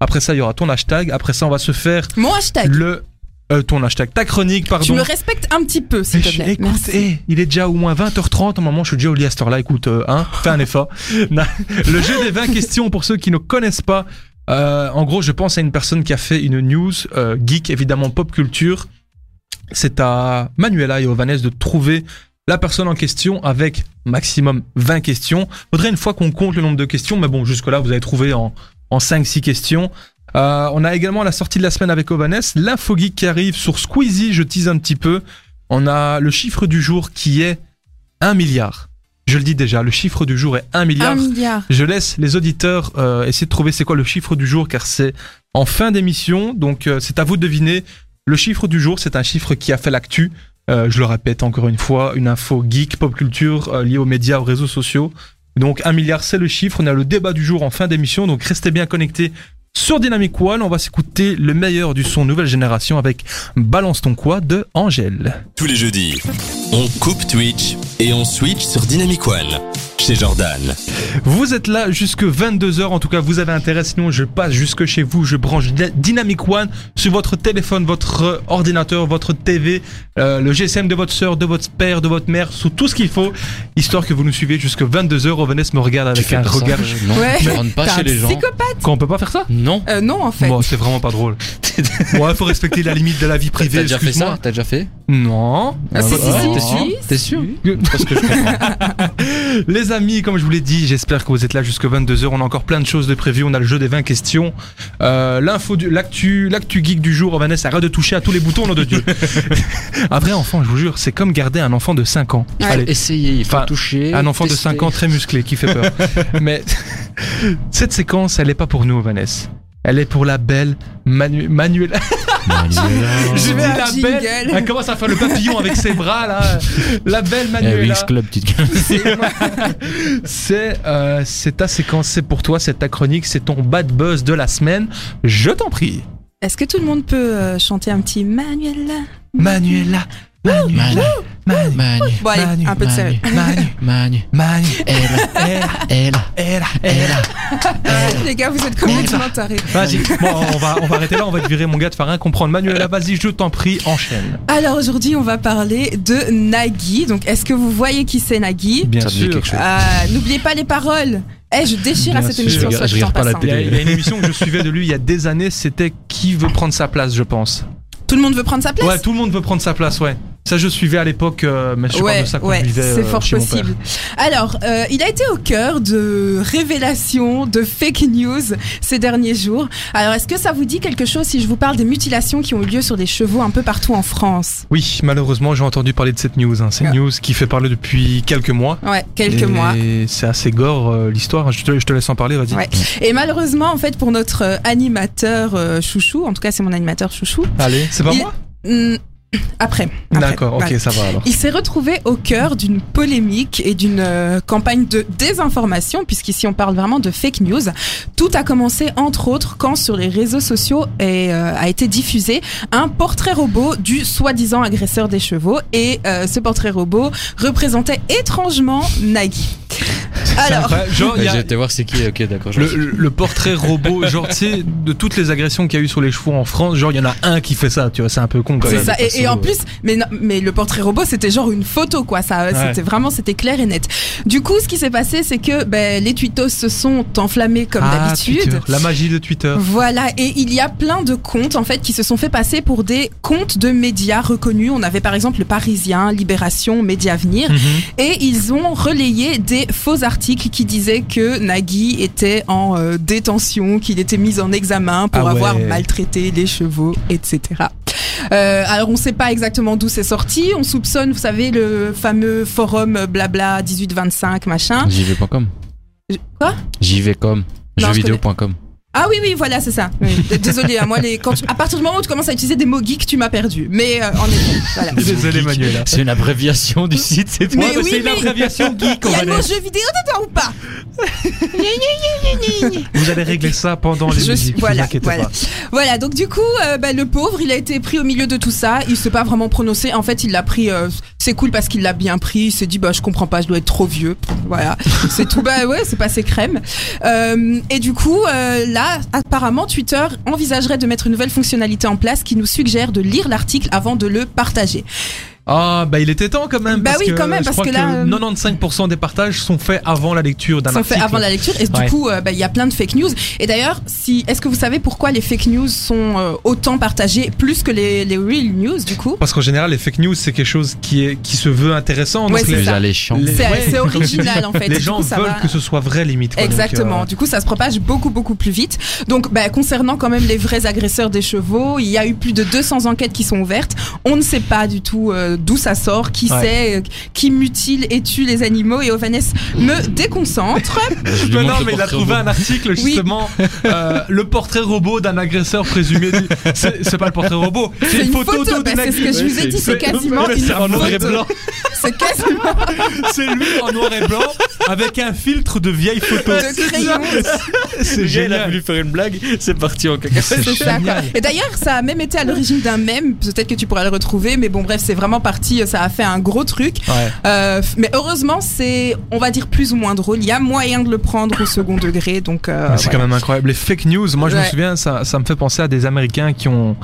[SPEAKER 2] Après ça, il y aura ton hashtag. Après ça, on va se faire
[SPEAKER 3] Mon hashtag.
[SPEAKER 2] le. euh, ton hashtag, ta chronique, pardon.
[SPEAKER 3] Tu me respectes un petit peu, s'il
[SPEAKER 2] Mais
[SPEAKER 3] te
[SPEAKER 2] je-
[SPEAKER 3] plaît.
[SPEAKER 2] écoute,
[SPEAKER 3] Merci.
[SPEAKER 2] eh, il est déjà au moins 20h30. Au moment, je suis déjà au lit à cette heure-là. Écoute, euh, hein, fais un effort. Non, le jeu des 20 questions, pour ceux qui ne connaissent pas, euh, en gros, je pense à une personne qui a fait une news euh, geek, évidemment pop culture. C'est à Manuela et Ovanès de trouver la personne en question avec maximum 20 questions. Faudrait une fois qu'on compte le nombre de questions, mais bon, jusque-là, vous avez trouvé en, en 5-6 questions. Euh, on a également la sortie de la semaine avec Ovanes, l'info geek qui arrive sur Squeezie, je tease un petit peu. On a le chiffre du jour qui est 1 milliard. Je le dis déjà, le chiffre du jour est 1 milliard.
[SPEAKER 3] Un milliard.
[SPEAKER 2] Je laisse les auditeurs euh, essayer de trouver c'est quoi le chiffre du jour car c'est en fin d'émission, donc euh, c'est à vous de deviner. Le chiffre du jour, c'est un chiffre qui a fait l'actu. Euh, je le répète encore une fois, une info geek, pop culture euh, liée aux médias, aux réseaux sociaux. Donc un milliard, c'est le chiffre. On a le débat du jour en fin d'émission, donc restez bien connectés sur Dynamic One. On va s'écouter le meilleur du son nouvelle génération avec Balance ton quoi de Angèle.
[SPEAKER 1] Tous les jeudis, on coupe Twitch et on switch sur Dynamic One. Chez Jordan.
[SPEAKER 2] Vous êtes là jusque 22h, en tout cas vous avez intérêt, sinon je passe jusque chez vous, je branche Dyna- Dynamic One sur votre téléphone, votre euh, ordinateur, votre TV, euh, le GSM de votre soeur, de votre père, de votre mère, sous tout ce qu'il faut, histoire que vous nous suivez jusque 22h, Ovanès me regarde
[SPEAKER 4] Tu
[SPEAKER 2] avec
[SPEAKER 4] fais
[SPEAKER 2] un
[SPEAKER 4] pas ça.
[SPEAKER 2] regard
[SPEAKER 4] Non,
[SPEAKER 3] Ouais.
[SPEAKER 4] tu rentres pas
[SPEAKER 3] T'es
[SPEAKER 4] chez
[SPEAKER 3] un
[SPEAKER 4] les gens.
[SPEAKER 3] psychopathe.
[SPEAKER 2] qu'on peut pas faire ça
[SPEAKER 4] Non.
[SPEAKER 3] Euh, non, en fait.
[SPEAKER 2] Bon, c'est vraiment pas drôle. Ouais, faut respecter la limite de la vie
[SPEAKER 4] T'as
[SPEAKER 2] privée,
[SPEAKER 4] déjà fait ça
[SPEAKER 2] excuse-moi.
[SPEAKER 4] T'as déjà fait
[SPEAKER 2] Non.
[SPEAKER 3] Ah, si, si,
[SPEAKER 4] Ah,
[SPEAKER 3] si,
[SPEAKER 4] T'es
[SPEAKER 3] si.
[SPEAKER 4] sûr T'es sûr
[SPEAKER 2] Que-
[SPEAKER 4] Parce que je comprends.
[SPEAKER 2] Les amis, comme je vous l'ai dit, j'espère que vous êtes là jusque 22h. On a encore plein de choses de prévues. On a le jeu des 20 questions. Euh, L'info, du- l'actu, l'actu geek du jour. Oh, Vanessa, arrête de toucher à tous les boutons, nom de Dieu. un vrai enfant, je vous jure, c'est comme garder un enfant de 5 ans.
[SPEAKER 3] Ouais.
[SPEAKER 2] Allez,
[SPEAKER 4] Essayez, il faut
[SPEAKER 2] Enfin,
[SPEAKER 4] toucher.
[SPEAKER 2] un enfant de
[SPEAKER 4] tester.
[SPEAKER 2] 5 ans très musclé qui fait peur. Mais cette séquence, elle n'est pas pour nous, Vanessa. Elle est pour la belle Manu- Manuela. J'ai
[SPEAKER 4] Ah,
[SPEAKER 3] Oh,
[SPEAKER 2] dit la
[SPEAKER 3] jingle.
[SPEAKER 2] belle. Elle commence à faire le papillon avec ses bras là. La belle
[SPEAKER 5] Eh,
[SPEAKER 2] Manuela.
[SPEAKER 3] hein.
[SPEAKER 5] Wings Club, petite gueule.
[SPEAKER 2] C'est euh, c'est ta séquence, c'est pour toi, c'est ta chronique, c'est ton bad buzz de la semaine. Je t'en prie.
[SPEAKER 3] Est-ce que tout le monde peut euh, chanter un petit Manuela
[SPEAKER 2] Manuela. Manu.
[SPEAKER 5] Manu,
[SPEAKER 2] Manu.
[SPEAKER 5] Manu,
[SPEAKER 3] Bon, allez,
[SPEAKER 2] Manu,
[SPEAKER 3] un peu de
[SPEAKER 5] Manu.
[SPEAKER 3] sérieux.
[SPEAKER 2] Manu.
[SPEAKER 5] Manu,
[SPEAKER 2] Manu.
[SPEAKER 5] elle,
[SPEAKER 2] Elle,
[SPEAKER 5] elle,
[SPEAKER 2] elle, elle.
[SPEAKER 5] elle.
[SPEAKER 3] Les gars, vous êtes complètement tarés.
[SPEAKER 2] Vas-y, bon, on va, on va arrêter là, on va te virer mon gars de faire rien comprendre. Manuela, vas-y, je t'en prie, enchaîne.
[SPEAKER 3] Alors aujourd'hui, on va parler de Nagui. Donc, est-ce que vous voyez qui c'est Nagui
[SPEAKER 2] Bien
[SPEAKER 5] Ça me dit
[SPEAKER 2] sûr.
[SPEAKER 5] quelque chose.
[SPEAKER 3] Ah, N'oubliez pas les paroles. Eh, je déchire à
[SPEAKER 2] Bien
[SPEAKER 3] cette
[SPEAKER 2] sûr.
[SPEAKER 3] émission.
[SPEAKER 5] Je
[SPEAKER 3] soit
[SPEAKER 5] regarde- je
[SPEAKER 3] dit en
[SPEAKER 5] regarde pas la
[SPEAKER 3] passant.
[SPEAKER 2] Il y, a,
[SPEAKER 5] télé.
[SPEAKER 2] il y a une émission que je suivais de lui il y a des années, c'était Qui veut prendre sa place, je pense.
[SPEAKER 3] Tout le monde veut prendre sa place
[SPEAKER 2] Ouais, tout le monde veut prendre sa place, ouais. Ça, je suivais à l'époque, euh, mais je parle
[SPEAKER 3] ouais,
[SPEAKER 2] de ça quand
[SPEAKER 3] ouais,
[SPEAKER 2] je vivais,
[SPEAKER 3] c'est
[SPEAKER 2] euh,
[SPEAKER 3] fort
[SPEAKER 2] chez mon
[SPEAKER 3] possible.
[SPEAKER 2] père.
[SPEAKER 3] Alors, euh, il a été au cœur de révélations, de fake news ces derniers jours. Alors, est-ce que ça vous dit quelque chose si je vous parle des mutilations qui ont eu lieu sur des chevaux un peu partout en France
[SPEAKER 2] Oui, malheureusement, j'ai entendu parler de cette news. hein. C'est une
[SPEAKER 3] Ah.
[SPEAKER 2] news qui fait parler depuis quelques mois.
[SPEAKER 3] Ouais, quelques
[SPEAKER 2] Et
[SPEAKER 3] mois.
[SPEAKER 2] C'est assez gore euh, l'histoire. Je te, je te laisse en parler, vas-y.
[SPEAKER 3] Ouais. Et malheureusement, en fait, pour notre euh, animateur euh, chouchou, en tout cas, c'est mon animateur chouchou.
[SPEAKER 2] Allez, c'est pas
[SPEAKER 3] Il-
[SPEAKER 2] moi
[SPEAKER 3] hmm, après. après, bah,
[SPEAKER 2] D'accord, ok,
[SPEAKER 3] voilà.
[SPEAKER 2] ça va alors.
[SPEAKER 3] Il s'est retrouvé au cœur d'une polémique et d'une euh, campagne de désinformation, puisqu'ici on parle vraiment de fake news. Tout a commencé entre autres quand sur les réseaux sociaux est, euh, a été diffusé un portrait robot du soi-disant agresseur des chevaux et euh, ce portrait robot représentait étrangement Nagui. Alors,
[SPEAKER 2] Ouais, Bah, genre, il y a-
[SPEAKER 4] J'ai été voir c'est qui, ok, d'accord. je-
[SPEAKER 2] le, le- le portrait robot, genre, tu sais, de toutes les agressions qu'il y a eu sur les chevaux en France, genre, il y en a un qui fait ça, tu vois, c'est un peu con quand
[SPEAKER 3] c'est
[SPEAKER 2] même.
[SPEAKER 3] ça. Et, et en
[SPEAKER 4] ouais.
[SPEAKER 3] plus, mais, non- mais le portrait robot, c'était genre une photo, quoi. Ça, euh,
[SPEAKER 2] Ouais.
[SPEAKER 3] c'était vraiment, c'était clair et net. Du coup, ce qui s'est passé, c'est que ben, les tweetos se sont enflammés comme
[SPEAKER 2] Ah,
[SPEAKER 3] d'habitude.
[SPEAKER 2] Twitter, La magie de Twitter.
[SPEAKER 3] Voilà, et il y a plein de comptes en fait qui se sont fait passer pour des comptes de médias reconnus. On avait par exemple le Parisien, Libération, Médiavenir,
[SPEAKER 2] Mm. Mhm.
[SPEAKER 3] et ils ont relayé des faux articles qui disaient que Nagui était en euh, détention, qu'il était mis en examen pour
[SPEAKER 2] Ah ouais.
[SPEAKER 3] avoir maltraité les chevaux, etc. Euh, alors on ne sait pas exactement d'où c'est sorti, on soupçonne, vous savez, le fameux forum euh, blabla 1825 machin.
[SPEAKER 5] J'y vais comme.
[SPEAKER 3] Quoi
[SPEAKER 5] J'y vais comme.
[SPEAKER 3] Non, je
[SPEAKER 5] Jeuxvideo.com.
[SPEAKER 3] Ah oui, oui, voilà, c'est ça. Oui. D- Désolée, hein, moi, les, quand tu- à partir du moment où tu commences à utiliser des mots geeks, tu m'as perdu. Mais euh, en effet, voilà.
[SPEAKER 2] Désolé,
[SPEAKER 4] hein.
[SPEAKER 2] Manuela.
[SPEAKER 5] C'est une abréviation du site, c'est tout.
[SPEAKER 3] Mais
[SPEAKER 2] Ouais, mais
[SPEAKER 3] oui,
[SPEAKER 2] c'est une
[SPEAKER 3] mais-
[SPEAKER 2] abréviation geek, on
[SPEAKER 3] Il y a
[SPEAKER 2] va
[SPEAKER 3] le
[SPEAKER 2] les-
[SPEAKER 3] mot jeu vidéo dedans ou pas
[SPEAKER 2] Vous allez régler ça pendant les
[SPEAKER 3] Je-
[SPEAKER 2] musiques, vous
[SPEAKER 3] voilà,
[SPEAKER 2] inquiétez
[SPEAKER 3] voilà.
[SPEAKER 2] pas.
[SPEAKER 3] Voilà, donc du coup, euh, bah, le pauvre, il a été pris au milieu de tout ça. Il s'est pas vraiment prononcé. En fait, il l'a pris. euh, c'est cool parce qu'il l'a bien pris. Il s'est dit, bah, je comprends pas, je dois être trop vieux. Voilà, c'est tout. Bah ouais, c'est passé crème. Euh, et du coup, euh, là, apparemment, Twitter envisagerait de mettre une nouvelle fonctionnalité en place qui nous suggère de lire l'article avant de le partager.
[SPEAKER 2] Ah, bah il était temps quand même.
[SPEAKER 3] Bah
[SPEAKER 2] parce
[SPEAKER 3] oui,
[SPEAKER 2] que
[SPEAKER 3] quand même,
[SPEAKER 2] je
[SPEAKER 3] parce
[SPEAKER 2] crois
[SPEAKER 3] que là, euh,
[SPEAKER 2] 95% des partages sont faits avant la lecture d'un
[SPEAKER 3] sont faits
[SPEAKER 2] article.
[SPEAKER 3] avant la lecture et
[SPEAKER 2] Ouais.
[SPEAKER 3] du coup euh, bah, il y a plein de fake news et d'ailleurs si est-ce que vous savez pourquoi les fake news sont euh, autant partagées plus que les, les real news du coup
[SPEAKER 2] Parce qu'en général, les fake news, c'est quelque chose qui, est, qui se veut intéressant. donc
[SPEAKER 3] Ouais, c'est
[SPEAKER 2] les,
[SPEAKER 3] ça.
[SPEAKER 5] Plus alléchant.
[SPEAKER 2] Les-
[SPEAKER 3] c'est
[SPEAKER 2] ouais.
[SPEAKER 3] c'est original en fait
[SPEAKER 2] les
[SPEAKER 3] Du
[SPEAKER 2] gens
[SPEAKER 3] coup, ça
[SPEAKER 2] veulent
[SPEAKER 3] va-
[SPEAKER 2] que ce soit vrai, limite. quoi. Donc,
[SPEAKER 3] Exactement.
[SPEAKER 2] euh,
[SPEAKER 3] Du coup, ça se propage beaucoup, beaucoup plus vite. Donc, bah, concernant quand même les vrais agresseurs des chevaux, il y a eu plus de 200 enquêtes qui sont ouvertes. On ne sait pas du tout euh, d'où ça sort, qui
[SPEAKER 2] Ouais.
[SPEAKER 3] sait, euh, qui mutile et tue les animaux. Et Ovanes me déconcentre.
[SPEAKER 4] Bah
[SPEAKER 5] Je lui
[SPEAKER 2] Non, non,
[SPEAKER 5] montre le
[SPEAKER 2] mais il a
[SPEAKER 5] portrait
[SPEAKER 2] trouvé
[SPEAKER 5] robot.
[SPEAKER 2] un article
[SPEAKER 3] Oui.
[SPEAKER 2] justement, euh, le portrait robot d'un agresseur présumé. du- C'est c'est pas le portrait robot,
[SPEAKER 3] C'est une photo,
[SPEAKER 2] de
[SPEAKER 3] bah,
[SPEAKER 2] mec.
[SPEAKER 3] c'est ce que je vous ai dit, c'est quasiment
[SPEAKER 2] Mais
[SPEAKER 3] une
[SPEAKER 2] c'est en noir et
[SPEAKER 3] photo.
[SPEAKER 2] blanc.
[SPEAKER 3] C'est quasiment
[SPEAKER 2] C'est lui en noir et blanc avec un filtre de vieille photo.
[SPEAKER 3] de crayon.
[SPEAKER 2] C'est
[SPEAKER 4] Le gars, il a
[SPEAKER 2] génial.
[SPEAKER 4] voulu faire une blague, c'est parti en caca.
[SPEAKER 3] C'est ça, quoi. Et d'ailleurs, ça a même été à l'origine d'un mème. Peut-être que tu pourras le retrouver, mais bon, bref, c'est vraiment parti. Ça a fait un gros truc.
[SPEAKER 2] Ouais.
[SPEAKER 3] Euh, f- mais heureusement, c'est, on va dire, plus ou moins drôle. Il y a moyen de le prendre au second degré. Donc, euh,
[SPEAKER 2] c'est
[SPEAKER 3] voilà.
[SPEAKER 2] quand même incroyable. Les fake news, moi je me
[SPEAKER 3] Ouais.
[SPEAKER 2] souviens, ça, ça me fait penser à des Américains qui ont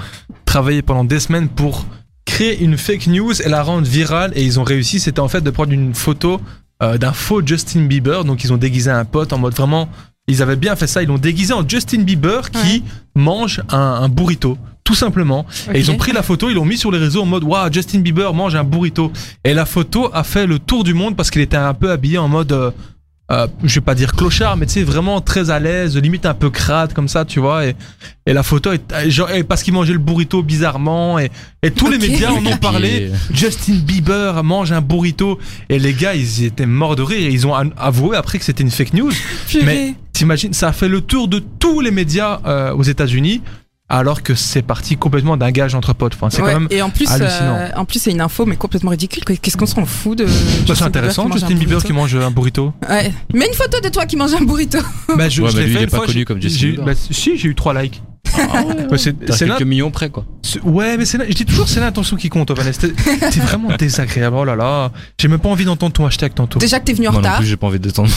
[SPEAKER 2] travaillé pendant des semaines pour créer une fake news et la rendre virale. Et ils ont réussi, c'était en fait de prendre une photo euh, d'un faux Justin Bieber. Donc ils ont déguisé un pote en mode vraiment. Ils avaient bien fait ça. Ils l'ont déguisé en Justin Bieber qui mange un, un burrito. Tout simplement.
[SPEAKER 3] Ok.
[SPEAKER 2] Et ils ont pris la photo, ils l'ont mis sur les réseaux en mode Waouh, Justin Bieber mange un burrito. Et la photo a fait le tour du monde parce qu'il était un peu habillé en mode. euh, euh, je vais pas dire clochard, mais tu sais, vraiment très à l'aise, limite un peu crade comme ça, tu vois. Et, et la photo est. euh, Genre, et parce qu'il mangeait le burrito bizarrement, et, et tous
[SPEAKER 3] Ok.
[SPEAKER 2] les médias en ont
[SPEAKER 5] Et
[SPEAKER 2] parlé.
[SPEAKER 5] puis,
[SPEAKER 2] Justin Bieber mange un burrito, et les gars, ils étaient morts de rire. Ils ont an- avoué après que c'était une fake news.
[SPEAKER 3] Purée.
[SPEAKER 2] Mais- T'imagines, ça a fait le tour de tous les médias euh, aux États-Unis. alors que c'est parti complètement d'un gage entre potes. Enfin, c'est
[SPEAKER 3] Ouais,
[SPEAKER 2] quand même.
[SPEAKER 3] et en plus,
[SPEAKER 2] hallucinant.
[SPEAKER 3] euh, en plus, c'est une info, mais complètement ridicule. Qu'est-ce qu'on s'en fout de. Justin
[SPEAKER 2] Bah, c'est
[SPEAKER 3] Bieber qui
[SPEAKER 2] intéressant,
[SPEAKER 3] mange un
[SPEAKER 2] Justin Bieber
[SPEAKER 3] burrito
[SPEAKER 2] qui mange euh, un burrito.
[SPEAKER 3] Ouais. Mets une photo de toi qui mange un burrito.
[SPEAKER 2] Bah, je,
[SPEAKER 5] Ouais,
[SPEAKER 2] je
[SPEAKER 5] mais
[SPEAKER 2] l'ai
[SPEAKER 5] lui,
[SPEAKER 2] fait
[SPEAKER 5] il est
[SPEAKER 2] une
[SPEAKER 5] pas
[SPEAKER 2] fois,
[SPEAKER 5] connu
[SPEAKER 2] j'ai-
[SPEAKER 5] comme Justin
[SPEAKER 2] j'ai-
[SPEAKER 5] Bieber. Ah,
[SPEAKER 2] bah, si, j'ai eu 3 likes. Bah, c'est
[SPEAKER 4] T'as
[SPEAKER 2] c'est
[SPEAKER 4] quelques
[SPEAKER 2] l'in-
[SPEAKER 4] millions près, quoi.
[SPEAKER 2] c'est- Ouais, mais c'est l'in- je dis toujours c'est l'intention qui compte, oh, Vanessa. T'es t'es vraiment désagréable, oh là là. J'ai même pas envie d'entendre ton hashtag tantôt.
[SPEAKER 3] Déjà que t'es venu en
[SPEAKER 5] Moi non
[SPEAKER 3] retard.
[SPEAKER 5] plus, j'ai pas envie de t'entendre.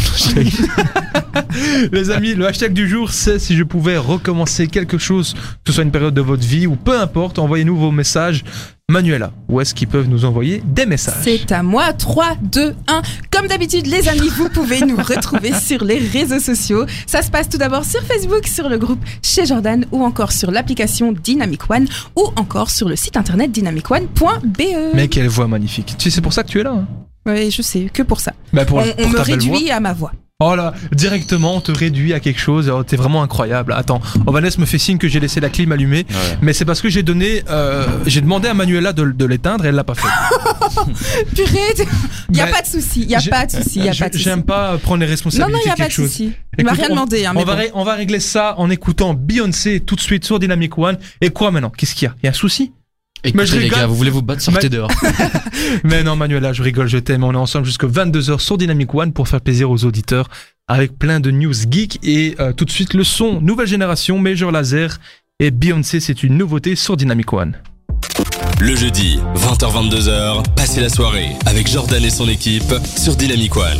[SPEAKER 2] Les amis, le hashtag du jour, c'est si je pouvais recommencer quelque chose, que ce soit une période de votre vie ou peu importe, envoyez-nous vos messages. Manuela, où est-ce qu'ils peuvent nous envoyer des messages
[SPEAKER 3] C'est à moi. 3, 2, 1. Comme d'habitude, les amis, vous pouvez nous retrouver sur les réseaux sociaux. Ça se passe tout d'abord sur Facebook, sur le groupe chez Jordan ou encore sur l'application Dynamic One ou encore sur le site internet dynamicone.be.
[SPEAKER 2] Mais quelle voix magnifique. Tu sais, c'est pour ça que tu es là. hein.
[SPEAKER 3] E. Oui, je sais, que pour ça.
[SPEAKER 2] Bah pour,
[SPEAKER 3] on on
[SPEAKER 2] pour
[SPEAKER 3] me
[SPEAKER 2] ta belle voix.
[SPEAKER 3] réduit à ma voix.
[SPEAKER 2] Oh là, directement, on te réduit à quelque chose. Oh, T'es vraiment incroyable. Attends, oh, Vanessa me fait signe que j'ai laissé la clim allumée, mais c'est parce que j'ai donné, euh, j'ai demandé à Manuela de, de l'éteindre et elle l'a pas fait.
[SPEAKER 3] Purée, il n'y a
[SPEAKER 2] Bah,
[SPEAKER 3] pas de souci, il n'y a
[SPEAKER 2] j'ai-
[SPEAKER 3] pas de souci, il n'y a
[SPEAKER 2] Je-
[SPEAKER 3] pas de souci.
[SPEAKER 2] J'aime pas prendre les
[SPEAKER 3] Non,
[SPEAKER 2] responsabilités
[SPEAKER 3] non, il n'y a
[SPEAKER 2] de quelque
[SPEAKER 3] pas de
[SPEAKER 2] chose.
[SPEAKER 3] souci. Il
[SPEAKER 2] Écoute,
[SPEAKER 3] m'a rien
[SPEAKER 2] on-
[SPEAKER 3] demandé. Hein, mais
[SPEAKER 2] On va,
[SPEAKER 3] bon.
[SPEAKER 2] ré- on va régler ça en écoutant Beyoncé tout de suite sur Dynamic One. Et quoi maintenant Qu'est-ce qu'il y a Il y a un souci Mais je
[SPEAKER 5] Écoutez, les
[SPEAKER 2] rigole.
[SPEAKER 5] gars, vous voulez vous battre, sortez dehors.
[SPEAKER 2] Mais non, Manuela, je rigole, je t'aime. On est ensemble jusqu'à 22h sur Dynamic One pour faire plaisir aux auditeurs avec plein de news geeks. Et euh, tout de suite, le son nouvelle génération, Major Laser. Et Beyoncé, c'est une nouveauté sur Dynamic One.
[SPEAKER 1] Le jeudi, 20h-22h, passez la soirée avec Jordan et son équipe sur Dynamic One.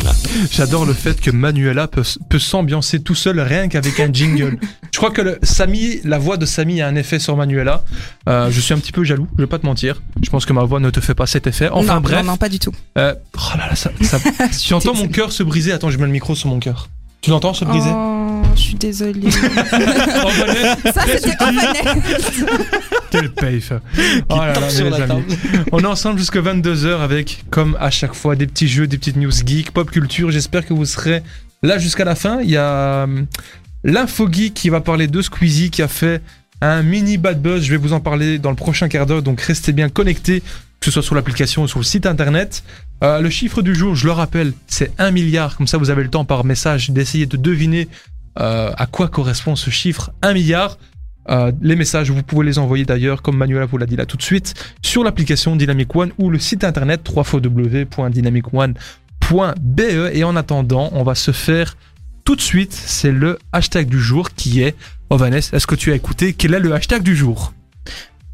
[SPEAKER 2] J'adore le fait que Manuela peut, peut s'ambiancer tout seul rien qu'avec un jingle. je crois que le, Samy, la voix de Samy a un effet sur Manuela. Euh, je suis un petit peu jaloux, je vais pas te mentir. Je pense que ma voix ne te fait pas cet effet. Enfin
[SPEAKER 3] non,
[SPEAKER 2] bref.
[SPEAKER 3] Non, non, pas du tout.
[SPEAKER 2] Euh, oh là là, ça, ça- tu entends mon cœur se briser. Attends, je mets le micro sur mon cœur. Tu l'entends se briser
[SPEAKER 3] Oh, je suis désolée.
[SPEAKER 2] Oh, Manuel,
[SPEAKER 3] Ça, c'était pas
[SPEAKER 2] Quel paf Oh là là,
[SPEAKER 4] tape
[SPEAKER 2] mais
[SPEAKER 4] sur
[SPEAKER 2] les
[SPEAKER 4] la
[SPEAKER 2] amis. On est ensemble jusqu'à 22h avec, comme à chaque fois, des petits jeux, des petites news geeks, pop culture. J'espère que vous serez là jusqu'à la fin. Il y a hum, l'info geek qui va parler de Squeezie qui a fait un mini bad buzz. Je vais vous en parler dans le prochain quart d'heure, donc restez bien connectés, que ce soit sur l'application ou sur le site internet. Euh, le chiffre du jour, je le rappelle, c'est 1 milliard. Comme ça, vous avez le temps par message d'essayer de deviner euh, à quoi correspond ce chiffre 1 milliard. Euh, les messages, vous pouvez les envoyer d'ailleurs, comme Manuela vous l'a dit là tout de suite, sur l'application Dynamic One ou le site internet www.dynamicone.be. Et en attendant, on va se faire tout de suite, c'est le hashtag du jour qui est. Oh Vanessa, est-ce que tu as écouté Quel est le hashtag du jour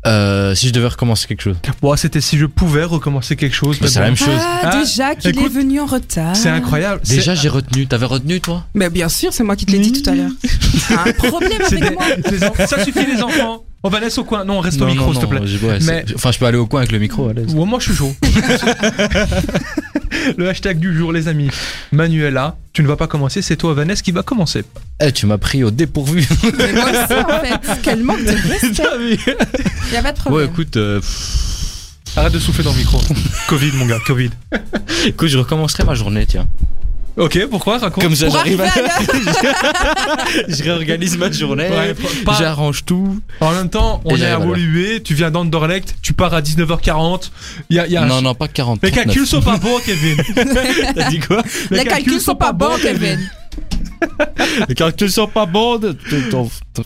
[SPEAKER 5] Euh, si je devais recommencer quelque chose.
[SPEAKER 2] Bon, c'était si je pouvais recommencer quelque chose. mais
[SPEAKER 5] C'est la
[SPEAKER 2] bon,
[SPEAKER 5] même chose.
[SPEAKER 3] Ah,
[SPEAKER 2] Ah,
[SPEAKER 3] déjà qu'il est
[SPEAKER 2] écoute,
[SPEAKER 3] venu en retard.
[SPEAKER 2] c'est incroyable. c'est-
[SPEAKER 5] Déjà, j'ai retenu. T'avais retenu, toi
[SPEAKER 3] Mais bien sûr, c'est moi qui te l'ai dit tout à l'heure. T'as un problème
[SPEAKER 2] c'est
[SPEAKER 3] avec
[SPEAKER 2] des-
[SPEAKER 3] moi.
[SPEAKER 2] les enfants- Ça suffit les enfants. Oh Vanessa au coin. Non, reste
[SPEAKER 5] Non,
[SPEAKER 2] au micro
[SPEAKER 5] non,
[SPEAKER 2] s'il te
[SPEAKER 5] non,
[SPEAKER 2] plaît.
[SPEAKER 5] je- ouais,
[SPEAKER 2] Mais-
[SPEAKER 5] c'est- Enfin, je peux aller au coin avec le micro, à l'aise.
[SPEAKER 2] Ouais, moi je suis chaud. le hashtag du jour, les amis. Manuela, tu ne vas pas commencer, c'est toi, Vanessa, qui va commencer.
[SPEAKER 5] Eh, tu m'as pris au dépourvu.
[SPEAKER 3] Mais moi aussi, en fait. Quel manque de respect.
[SPEAKER 5] Ah
[SPEAKER 3] Il n'y a pas de
[SPEAKER 5] ouais,
[SPEAKER 3] problème.
[SPEAKER 5] écoute, euh, pff,
[SPEAKER 2] Arrête de souffler dans le micro. Covid, mon gars, Covid.
[SPEAKER 5] écoute, je recommencerai ma journée, tiens.
[SPEAKER 2] Ok, pourquoi Raconte.
[SPEAKER 5] Comme ça,
[SPEAKER 3] Pour arriver
[SPEAKER 5] j'arrive à...
[SPEAKER 3] à l'heure,
[SPEAKER 5] je réorganise ma journée.
[SPEAKER 2] Ouais, pas-
[SPEAKER 5] J'arrange tout.
[SPEAKER 2] En même temps, on
[SPEAKER 5] Et
[SPEAKER 2] est
[SPEAKER 5] j'arrive à
[SPEAKER 2] évolué, tu viens d'Anderlecht, tu pars à 19h40. Y a, y a
[SPEAKER 5] Non, non, pas 40.
[SPEAKER 2] Les
[SPEAKER 5] 39.
[SPEAKER 2] calculs sont pas bons, Kevin.
[SPEAKER 5] T'as dit quoi
[SPEAKER 3] les calculs sont pas bons, Kevin.
[SPEAKER 5] Les calculs sont pas bons. de- de- ton- ton-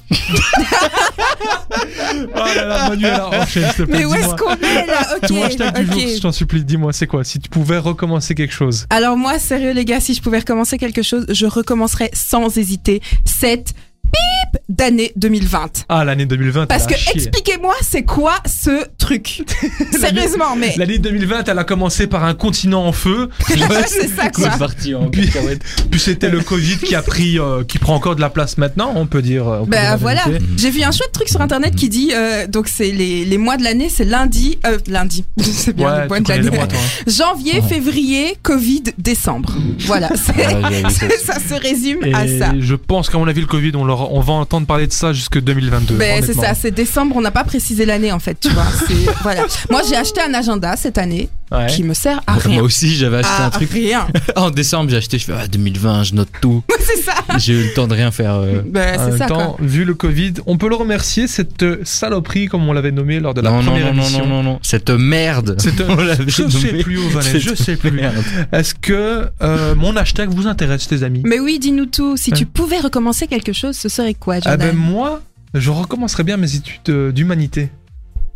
[SPEAKER 2] Oh là là, Manuela, enchaîne, s'il te plaît.
[SPEAKER 3] Mais où est-ce
[SPEAKER 2] dis-moi.
[SPEAKER 3] qu'on est là Ok,
[SPEAKER 2] Ton hashtag du jour,
[SPEAKER 3] ok.
[SPEAKER 2] je t'en supplie, dis-moi, c'est quoi Si tu pouvais recommencer quelque chose.
[SPEAKER 3] Alors moi, sérieux les gars, si je pouvais recommencer quelque chose, je recommencerais sans hésiter cette pipe d'année 2020.
[SPEAKER 2] Ah, l'année 2020,
[SPEAKER 3] Parce
[SPEAKER 2] elle
[SPEAKER 3] que
[SPEAKER 2] a chié.
[SPEAKER 3] expliquez-moi, c'est quoi ce truc Sérieusement, mais
[SPEAKER 2] L'année 2020, elle a commencé par un continent en feu,
[SPEAKER 3] c'est ça quoi.
[SPEAKER 5] C'est parti en
[SPEAKER 2] Puis-
[SPEAKER 5] cacahuète.
[SPEAKER 2] puis c'était le Covid qui a pris, euh, qui prend encore de la place maintenant, on peut dire. euh, on peut dire
[SPEAKER 3] Ben
[SPEAKER 2] la
[SPEAKER 3] voilà,
[SPEAKER 2] vérité.
[SPEAKER 3] j'ai vu un chouette truc sur internet qui dit euh, donc c'est les, les mois de l'année, c'est lundi, euh, lundi, c'est bien
[SPEAKER 2] Ouais,
[SPEAKER 3] le
[SPEAKER 2] tu
[SPEAKER 3] mois de
[SPEAKER 2] connais les
[SPEAKER 3] l'année.
[SPEAKER 2] mois, toi. hein.
[SPEAKER 3] Janvier, février, Covid, décembre. Voilà, c'est-
[SPEAKER 5] Ah, j'ai vu ça.
[SPEAKER 3] c'est- ça se résume
[SPEAKER 2] Et
[SPEAKER 3] à ça.
[SPEAKER 2] je pense qu'à mon avis, le Covid, on, l'aura- on va entendre parler de ça jusque 2022.
[SPEAKER 3] Ben, c'est
[SPEAKER 2] honnêtement.
[SPEAKER 3] ça, c'est décembre, on n'a pas précisé l'année en fait, tu vois. c'est- voilà. Moi j'ai acheté un agenda cette année
[SPEAKER 2] Ouais.
[SPEAKER 3] qui ben, me sert
[SPEAKER 2] Ah,
[SPEAKER 3] à
[SPEAKER 5] Moi
[SPEAKER 3] rien.
[SPEAKER 5] aussi, j'avais acheté
[SPEAKER 3] À
[SPEAKER 5] un truc.
[SPEAKER 3] rien.
[SPEAKER 5] En décembre, j'ai acheté. Je fais ah, 2020, je note tout.
[SPEAKER 3] c'est ça.
[SPEAKER 5] J'ai eu le temps de rien faire. euh.
[SPEAKER 3] Ben,
[SPEAKER 2] En
[SPEAKER 3] c'est
[SPEAKER 2] même
[SPEAKER 3] ça quoi.
[SPEAKER 2] temps, vu le Covid, on peut le remercier, cette euh, saloperie, comme on l'avait nommé lors de la
[SPEAKER 5] non, non,
[SPEAKER 2] première
[SPEAKER 5] non, non,
[SPEAKER 2] émission.
[SPEAKER 5] non, non, non. Cette merde.
[SPEAKER 2] C'est un-
[SPEAKER 5] On l'avait
[SPEAKER 2] Je
[SPEAKER 5] nommé.
[SPEAKER 2] sais plus, Ovanet,
[SPEAKER 5] Cette
[SPEAKER 2] je sais plus.
[SPEAKER 5] merde.
[SPEAKER 2] Est-ce que euh, mon hashtag vous intéresse, les amis
[SPEAKER 3] Mais oui, dis-nous tout. Si
[SPEAKER 2] Ouais.
[SPEAKER 3] tu pouvais recommencer quelque chose, ce serait quoi,
[SPEAKER 2] Ah
[SPEAKER 3] Jordan
[SPEAKER 2] ben moi, je recommencerai bien mes études euh, d'humanité.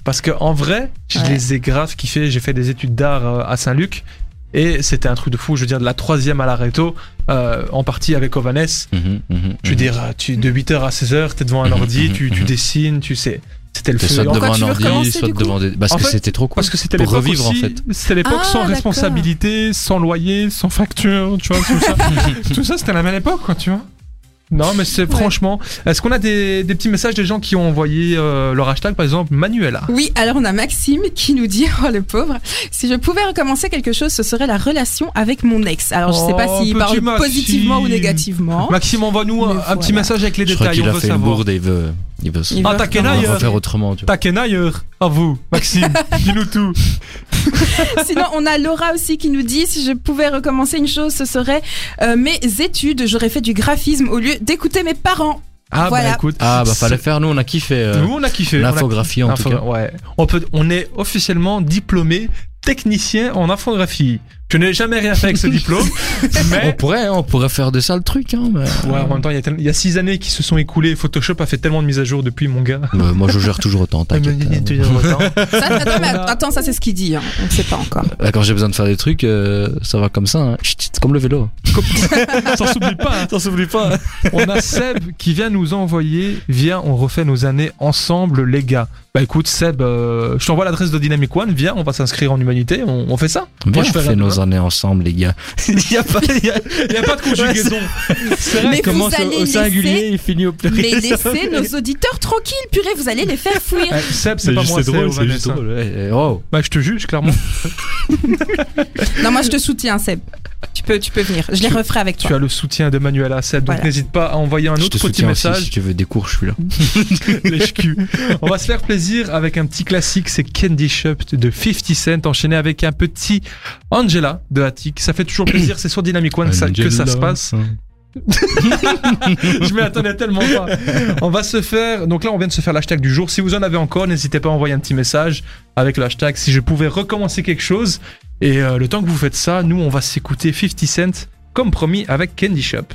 [SPEAKER 2] Parce que en vrai, je
[SPEAKER 3] Ouais.
[SPEAKER 2] les ai grave kiffées. J'ai fait des études d'art euh, à Saint-Luc. Et c'était un truc de fou. Je veux dire, de la troisième à la réto, euh, en partie avec Ovanes. Je veux dire, euh, tu, de 8h à 16h, t'es devant un
[SPEAKER 4] Mhm,
[SPEAKER 2] ordi,
[SPEAKER 4] mhm,
[SPEAKER 2] tu, tu
[SPEAKER 4] mhm.
[SPEAKER 2] dessines, tu sais. C'était le
[SPEAKER 4] T'es
[SPEAKER 2] feu.
[SPEAKER 4] soit
[SPEAKER 2] En-
[SPEAKER 3] Pourquoi
[SPEAKER 4] devant un
[SPEAKER 3] tu veux
[SPEAKER 4] ordi,
[SPEAKER 3] recommencer,
[SPEAKER 4] soit
[SPEAKER 3] du coup
[SPEAKER 4] devant des. Parce
[SPEAKER 2] En
[SPEAKER 4] que
[SPEAKER 2] fait,
[SPEAKER 4] c'était trop cool.
[SPEAKER 2] Parce que c'était
[SPEAKER 4] Pour
[SPEAKER 2] l'époque
[SPEAKER 4] revivre, en
[SPEAKER 2] aussi-
[SPEAKER 4] fait.
[SPEAKER 2] C'était l'époque
[SPEAKER 3] Ah,
[SPEAKER 2] sans
[SPEAKER 3] d'accord.
[SPEAKER 2] responsabilité, sans loyer, sans facture, tu vois, tout ça. tout ça, c'était la même époque, quoi, tu vois. Non, mais c'est
[SPEAKER 3] Ouais.
[SPEAKER 2] franchement. Est-ce qu'on a des, des petits messages des gens qui ont envoyé euh, leur hashtag, par exemple, Manuela
[SPEAKER 3] Oui, alors on a Maxime qui nous dit, oh le pauvre, si je pouvais recommencer quelque chose, ce serait la relation avec mon ex. Alors je sais pas
[SPEAKER 2] Oh,
[SPEAKER 3] s'il parle
[SPEAKER 2] petit Maxime.
[SPEAKER 3] positivement ou négativement.
[SPEAKER 2] Maxime, envoie-nous un,
[SPEAKER 3] Oh. Mais
[SPEAKER 2] un
[SPEAKER 3] voilà.
[SPEAKER 2] petit message avec les
[SPEAKER 4] Je crois
[SPEAKER 2] détails,
[SPEAKER 4] qu'il
[SPEAKER 2] on
[SPEAKER 4] a
[SPEAKER 2] veut
[SPEAKER 4] fait une
[SPEAKER 2] savoir.
[SPEAKER 4] bourde et il veut. Il veut se.
[SPEAKER 3] Il
[SPEAKER 4] Il
[SPEAKER 3] veut
[SPEAKER 2] Ah,
[SPEAKER 4] va
[SPEAKER 2] Takena,
[SPEAKER 3] revenir.
[SPEAKER 4] refaire autrement, tu vois.
[SPEAKER 2] T'as qu'un ailleurs À vous, Maxime, dis-nous tout.
[SPEAKER 3] Sinon, on a Laura aussi qui nous dit, si je pouvais recommencer une chose, ce serait euh, mes études. J'aurais fait du graphisme au lieu d'écouter mes parents.
[SPEAKER 2] Ah,
[SPEAKER 3] Voilà.
[SPEAKER 2] bah écoute.
[SPEAKER 4] Ah, bah fallait faire, nous on a kiffé. euh,
[SPEAKER 2] Nous, on a kiffé. on a
[SPEAKER 4] L'infographie en
[SPEAKER 2] Info-
[SPEAKER 4] tout cas.
[SPEAKER 2] ouais. On, peut, on est officiellement diplômé technicien en infographie. Je n'ai jamais rien fait avec ce diplôme,
[SPEAKER 4] On
[SPEAKER 2] mais
[SPEAKER 4] pourrait, hein, on pourrait faire de ça le truc. Hein, mais-
[SPEAKER 2] ouais, en même temps, il y, a tellement- il y a six années qui se sont écoulées. Photoshop a fait tellement de mises à jour depuis, mon gars.
[SPEAKER 4] Mais moi je gère toujours autant, t'inquiète. hein.
[SPEAKER 3] Ça, attends, mais
[SPEAKER 2] On a-
[SPEAKER 3] attends, ça c'est ce qu'il dit. Hein. On ne sait pas encore.
[SPEAKER 4] Là, Bah, quand j'ai besoin de faire des trucs, euh, ça va comme ça. hein. Chut, C'est comme le vélo.
[SPEAKER 2] S'en s'oublie pas. hein.
[SPEAKER 4] T'en s'oublie pas.
[SPEAKER 2] On a Seb qui vient nous envoyer. Viens, on refait nos années ensemble, les gars. Bah écoute, Seb, euh, je t'envoie l'adresse de Dynamic One. Viens, on va s'inscrire en humanité. On, on fait ça.
[SPEAKER 4] Moi
[SPEAKER 2] je
[SPEAKER 4] je
[SPEAKER 2] fais rien
[SPEAKER 4] fais
[SPEAKER 2] de
[SPEAKER 4] nos
[SPEAKER 2] mal.
[SPEAKER 4] années ensemble, les gars.
[SPEAKER 5] Il n'y a pas. il y a-
[SPEAKER 2] Il n'y a pas de conjugaison.
[SPEAKER 5] C'est vrai,
[SPEAKER 3] Mais
[SPEAKER 5] il
[SPEAKER 3] vous
[SPEAKER 5] commence
[SPEAKER 3] allez
[SPEAKER 5] au- au
[SPEAKER 3] laisser-
[SPEAKER 5] singulier, il finit au
[SPEAKER 3] Mais
[SPEAKER 5] pluriel.
[SPEAKER 3] laissez nos auditeurs tranquilles, purée, vous allez les faire fuir.
[SPEAKER 2] Eh, Seb, c'est pas moi, c'est Vanessa.
[SPEAKER 4] Eh, eh, Oh,
[SPEAKER 2] Bah je te juge clairement.
[SPEAKER 3] Non, moi je te soutiens, Seb. Tu peux, tu peux venir. Je les referai avec
[SPEAKER 2] Tu
[SPEAKER 3] toi.
[SPEAKER 2] as le soutien de Manuela Seb, donc
[SPEAKER 3] Voilà.
[SPEAKER 2] n'hésite pas à envoyer un
[SPEAKER 4] je te
[SPEAKER 2] autre petit
[SPEAKER 4] soutiens aussi, si
[SPEAKER 2] message.
[SPEAKER 4] tu veux des cours, je suis là.
[SPEAKER 2] lèche On va se faire plaisir avec un petit classique, c'est Candy Shop de 50 Cent, enchaîné avec un petit Angela de Attic. Ça fait toujours plaisir, c'est sur Dynamic One que ça- que ça se passe. Je m'y attendais tellement pas. On va se faire. Donc là, on vient de se faire l'hashtag du jour. Si vous en avez encore, n'hésitez pas à envoyer un petit message avec le hashtag si je pouvais recommencer quelque chose. Et euh, le temps que vous faites ça, nous, on va s'écouter 50 Cent, comme promis, avec Candy Shop.